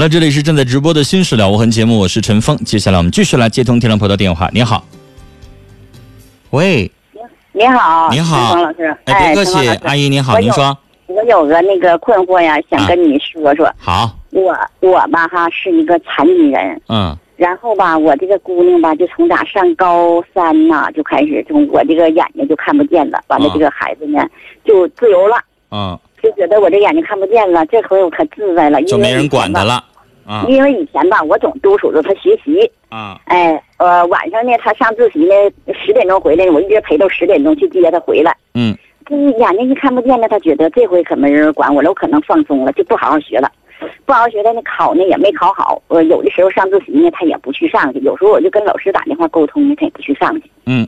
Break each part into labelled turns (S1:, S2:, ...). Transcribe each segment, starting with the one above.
S1: 那这里是正在直播的新事了无痕节目，我是陈峰。接下来我们继续来接通天亮婆的电话。你好，喂，
S2: 你好，
S1: 你好
S2: 陈峰老师，
S1: 哎，别啊客
S2: 陈
S1: 气，
S2: 峰老
S1: 阿
S2: 师，
S1: 姨您好，
S2: 我
S1: 您
S2: 有
S1: 说
S2: 我有个那个困惑呀，想跟你说说。
S1: 好，
S2: 我我吧哈是一个残疾人，
S1: 嗯
S2: 然后吧我这个姑娘吧就从咋上高三呐、就开始，从我这个眼睛就看不见了，完了
S1: 啊
S2: 这个孩子呢就自由了，
S1: 嗯，
S2: 就觉得我这眼睛看不见了，这回我可自在了，因为
S1: 就没人
S2: 以前
S1: 管他
S2: 吧。
S1: 了，啊
S2: 因为以前吧，我总督促着他学习，
S1: 啊
S2: 哎，呃，晚上呢，他上自习呢，十点钟回来，我一直陪到十点钟去接他回来。
S1: 嗯，
S2: 这眼睛一看不见了，他觉得这回可没人管我了，我可能放松了，就不好好学了。不好好学了，那考呢也没考好。我有的时候上自习呢，他也不去上去，有时候我就跟老师打电话沟通呢，他也不去上去。
S1: 嗯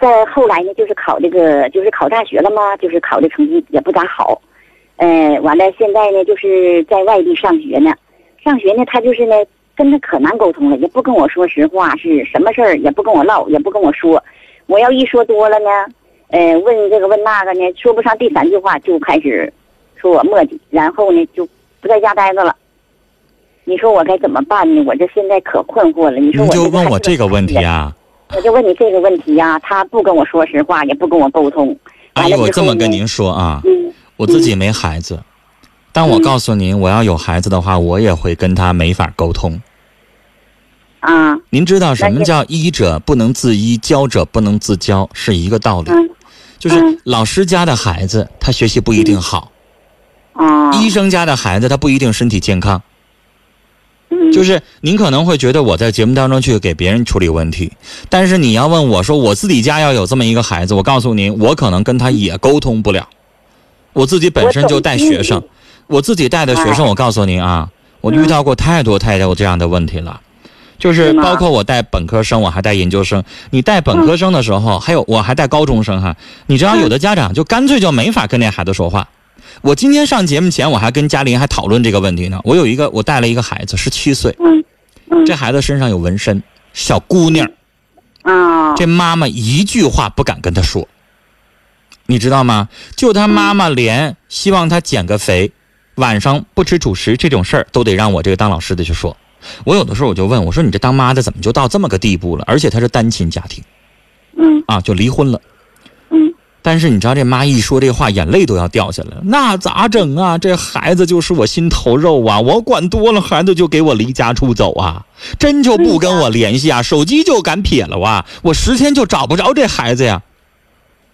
S2: 再后来呢，就是考这个，就是考大学了嘛，就是考的成绩也不咋好，呃，完了现在呢，就是在外地上学呢，上学呢，他就是呢，跟他可难沟通了，也不跟我说实话，是什么事儿也不跟我唠，也不跟我说，我要一说多了呢，呃，问这个问那个呢，说不上第三句话就开始说我磨叽，然后呢就不在家待着了。你说我该怎么办呢？我这现在可困惑了。你说
S1: 您
S2: 我
S1: 就问
S2: 孩
S1: 我
S2: 子
S1: 这个问题
S2: 呀
S1: 啊，
S2: 我就问你这个问题呀、他不跟我说实话，也不跟我沟通。
S1: 阿
S2: 完
S1: 姨，
S2: 了
S1: 我
S2: 之
S1: 这
S2: 后
S1: 么跟
S2: 呢
S1: 您说啊，
S2: 嗯，
S1: 我自己没孩子，但我告诉您，我要有孩子的话，我也会跟他没法沟通。
S2: 啊，
S1: 您知道什
S2: 那
S1: 么
S2: 就
S1: 叫医者不能自医，教者不能自教，是一个道理。
S2: 嗯，
S1: 就是老师家的孩子，他学习不一定好；
S2: 啊，
S1: 医生家的孩子，他不一定身体健康。
S2: 嗯
S1: 就是您可能会觉得我在节目当中去给别人处理问题，但是你要问我说我自己家要有这么一个孩子，我告诉您，我可能跟他也沟通不了。我自己本身就带学生，我自己带的
S2: 哎
S1: 学生，我告诉您啊，我遇到过太多太多这样的问题了。就是
S2: 是吗
S1: 包括我带本科生，我还带研究生。你带本科生的时
S2: 嗯
S1: 候，还有我还带高中生哈。你知道有的家长就干脆就没法跟那孩子说话。我今天上节目前，我还跟嘉玲还讨论这个问题呢。我有一个，我带了一个孩子，十七岁，
S2: 嗯嗯
S1: 这孩子身上有纹身，小姑娘，
S2: 啊，
S1: 这妈妈一句话不敢跟她说，你知道吗？就她妈妈连希望她减个肥，晚上不吃主食这种事儿，都得让我这个当老师的去说。我有的时候我就问我说：“你这当妈的怎么就到这么个地步了？而且她是单亲家庭
S2: 嗯
S1: 啊，就离婚了。”
S2: 嗯
S1: 但是你知道这妈一说这话，眼泪都要掉下来了。那咋整啊？这孩子就是我心头肉啊！我管多了，孩子就给我离家出走啊，真就不跟我联系啊，手机就敢撇了啊！我十天就找不着这孩子呀。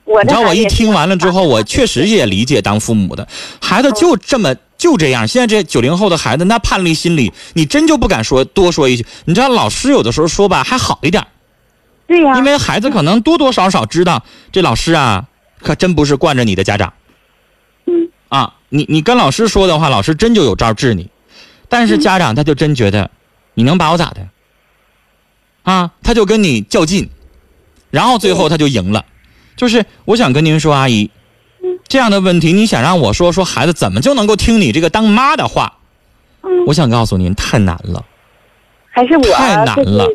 S2: 我
S1: 你
S2: 这
S1: 知道我
S2: 孩子
S1: 一
S2: 也是
S1: 听完了之后，我确实也理解当父母的孩子就这么就这样。现在这九零后的孩子，那叛逆心理，你真就不敢说多说一句。你知道老师有的时候说吧还好一点儿，
S2: 对呀、
S1: 因为孩子可能多多少少知道这老师啊，可真不是惯着你的家长。
S2: 嗯
S1: 啊，你你跟老师说的话，老师真就有招治你。但
S2: 嗯
S1: 是家长他就真觉得，你能把我咋的？啊，他就跟你较劲，然后最后他就赢了。就是我想跟您说，阿姨，这样的问题，你想让我说说孩子怎么就能够听你这个当妈的话？
S2: 嗯，
S1: 我想告诉您，太难了。
S2: 还是我
S1: 太难
S2: 自己
S1: 了。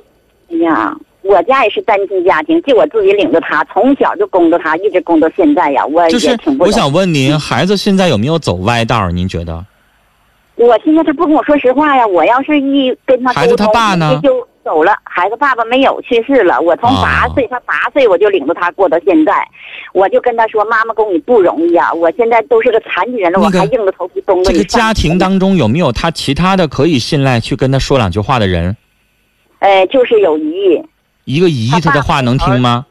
S2: 哎呀，我家也是单亲家庭，就我自己领着他，从小就供着他，一直供到现在哎呀，我
S1: 就
S2: 也
S1: 是
S2: 挺不
S1: 我
S2: 容易
S1: 想问您，孩子现在有没有走歪道儿？您觉得？
S2: 我现在他不跟我说实话呀，我要是一跟他沟通
S1: 孩子他爸呢
S2: 人家就走了，孩子爸爸没有去世了。我从
S1: 啊
S2: 八岁，他八岁我就领着他过到现在，我就跟他说：“妈妈供你不容易啊，我现在都是个残疾人了，
S1: 那个
S2: 我还硬着头皮供着
S1: 这
S2: 你
S1: 个
S2: 上学。”
S1: 家庭当中有没有他其他的可以信赖去跟他说两句话的人？
S2: 呃，就是有姨，
S1: 一个姨，
S2: 他
S1: 他的
S2: 爸
S1: 话能听吗？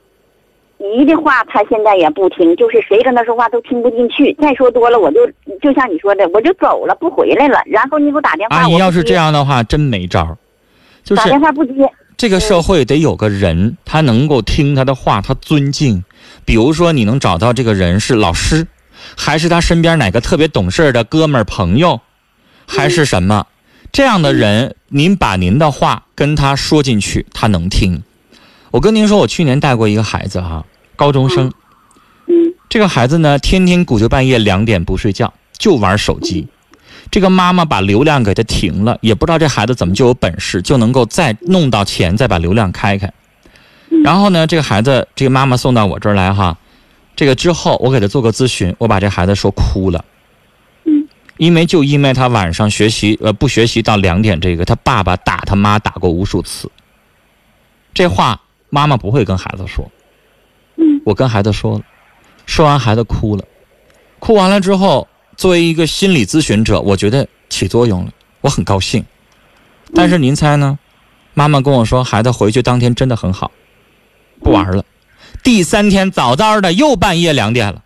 S2: 姨的话他现在也不听，就是谁跟他说话都听不进去。再说多了，我就就像你说的，我就走了，不回来了。然后你给我打电话，
S1: 阿姨
S2: 我不
S1: 哎要是
S2: 接
S1: 这，样的话，真没招儿。就
S2: 打
S1: 是
S2: 电话不接，
S1: 这个社会得有个人，他能够听他的话，他尊敬。比如说，你能找到这个人是老师，还是他身边哪个特别懂事儿的哥们儿朋友，还是什么这样的人，您把您的话跟他说进去，他能听。我跟您说，我去年带过一个孩子哈、高中生，
S2: 嗯
S1: 这个孩子呢，天天鼓着半夜两点不睡觉，就玩手机。这个妈妈把流量给他停了，也不知道这孩子怎么就有本事，就能够再弄到钱，再把流量开开。然后呢，这个孩子，这个妈妈送到我这儿来哈，这个之后我给他做个咨询，我把这孩子说哭了。
S2: 嗯，
S1: 因为就因为他晚上学习呃不学习到两点这个，他爸爸打他妈打过无数次。这话妈妈不会跟孩子说，
S2: 嗯
S1: 我跟孩子说了，说完孩子哭了，哭完了之后，作为一个心理咨询者，我觉得起作用了，我很高兴。但是您猜呢？妈妈跟我说，孩子回去当天真的很好，不玩了。第三天早早的又半夜两点了，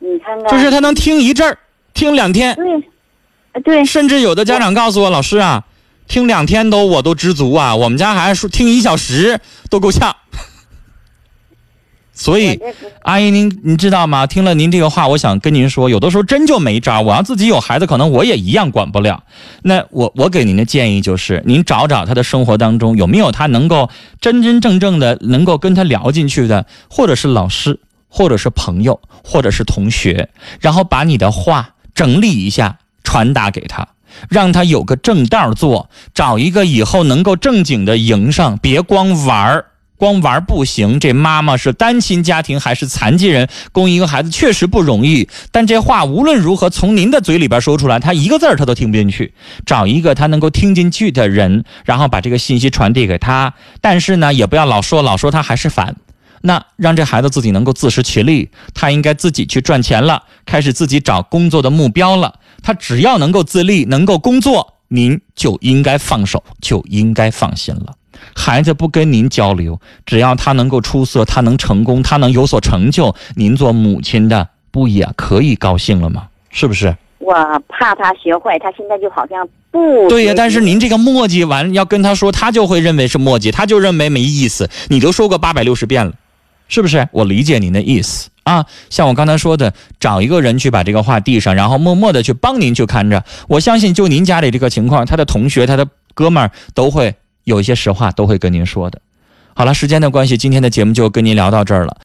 S2: 嗯你看看，
S1: 就是他能听一阵儿，听两天，
S2: 对，呃对，
S1: 甚至有的家长告诉我，老师啊，听两天都我都知足啊，我们家孩子说听一小时都够呛。所以，
S2: 我这不
S1: 阿姨您哎您知道吗？听了您这个话，我想跟您说，有的时候真就没招。我要自己有孩子，可能我也一样管不了。那我我给您的建议就是，您找找他的生活当中有没有他能够真真正正的能够跟他聊进去的，或者是老师，或者是朋友，或者是同学，然后把你的话整理一下，传达给他。让他有个正道做，找一个以后能够正经的营上，别光玩儿，光玩儿不行。这妈妈是单亲家庭还是残疾人，供一个孩子确实不容易。但这话无论如何从您的嘴里边说出来，他一个字儿他都听不进去。找一个他能够听进去的人，然后把这个信息传递给他。但是呢，也不要老说老说他还是反。那让这孩子自己能够自食其力，他应该自己去赚钱了，开始自己找工作的目标了。他只要能够自立，能够工作，您就应该放手，就应该放心了。孩子不跟您交流，只要他能够出色，他能成功，他能有所成就，您做母亲的不也可以高兴了吗？是不是？
S2: 我怕他学坏，他现在就好像不
S1: 对呀、
S2: 学习
S1: 但是您这个墨迹完，要跟他说，他就会认为是墨迹，他就认为没意思。你都说过八百六十遍了，是不是？我理解您的意思啊。像我刚才说的，找一个人去把这个话递上，然后默默的去帮您去看着。我相信，就您家里这个情况，他的同学、他的哥们儿都会有一些实话，都会跟您说的。好了，时间的关系，今天的节目就跟您聊到这儿了。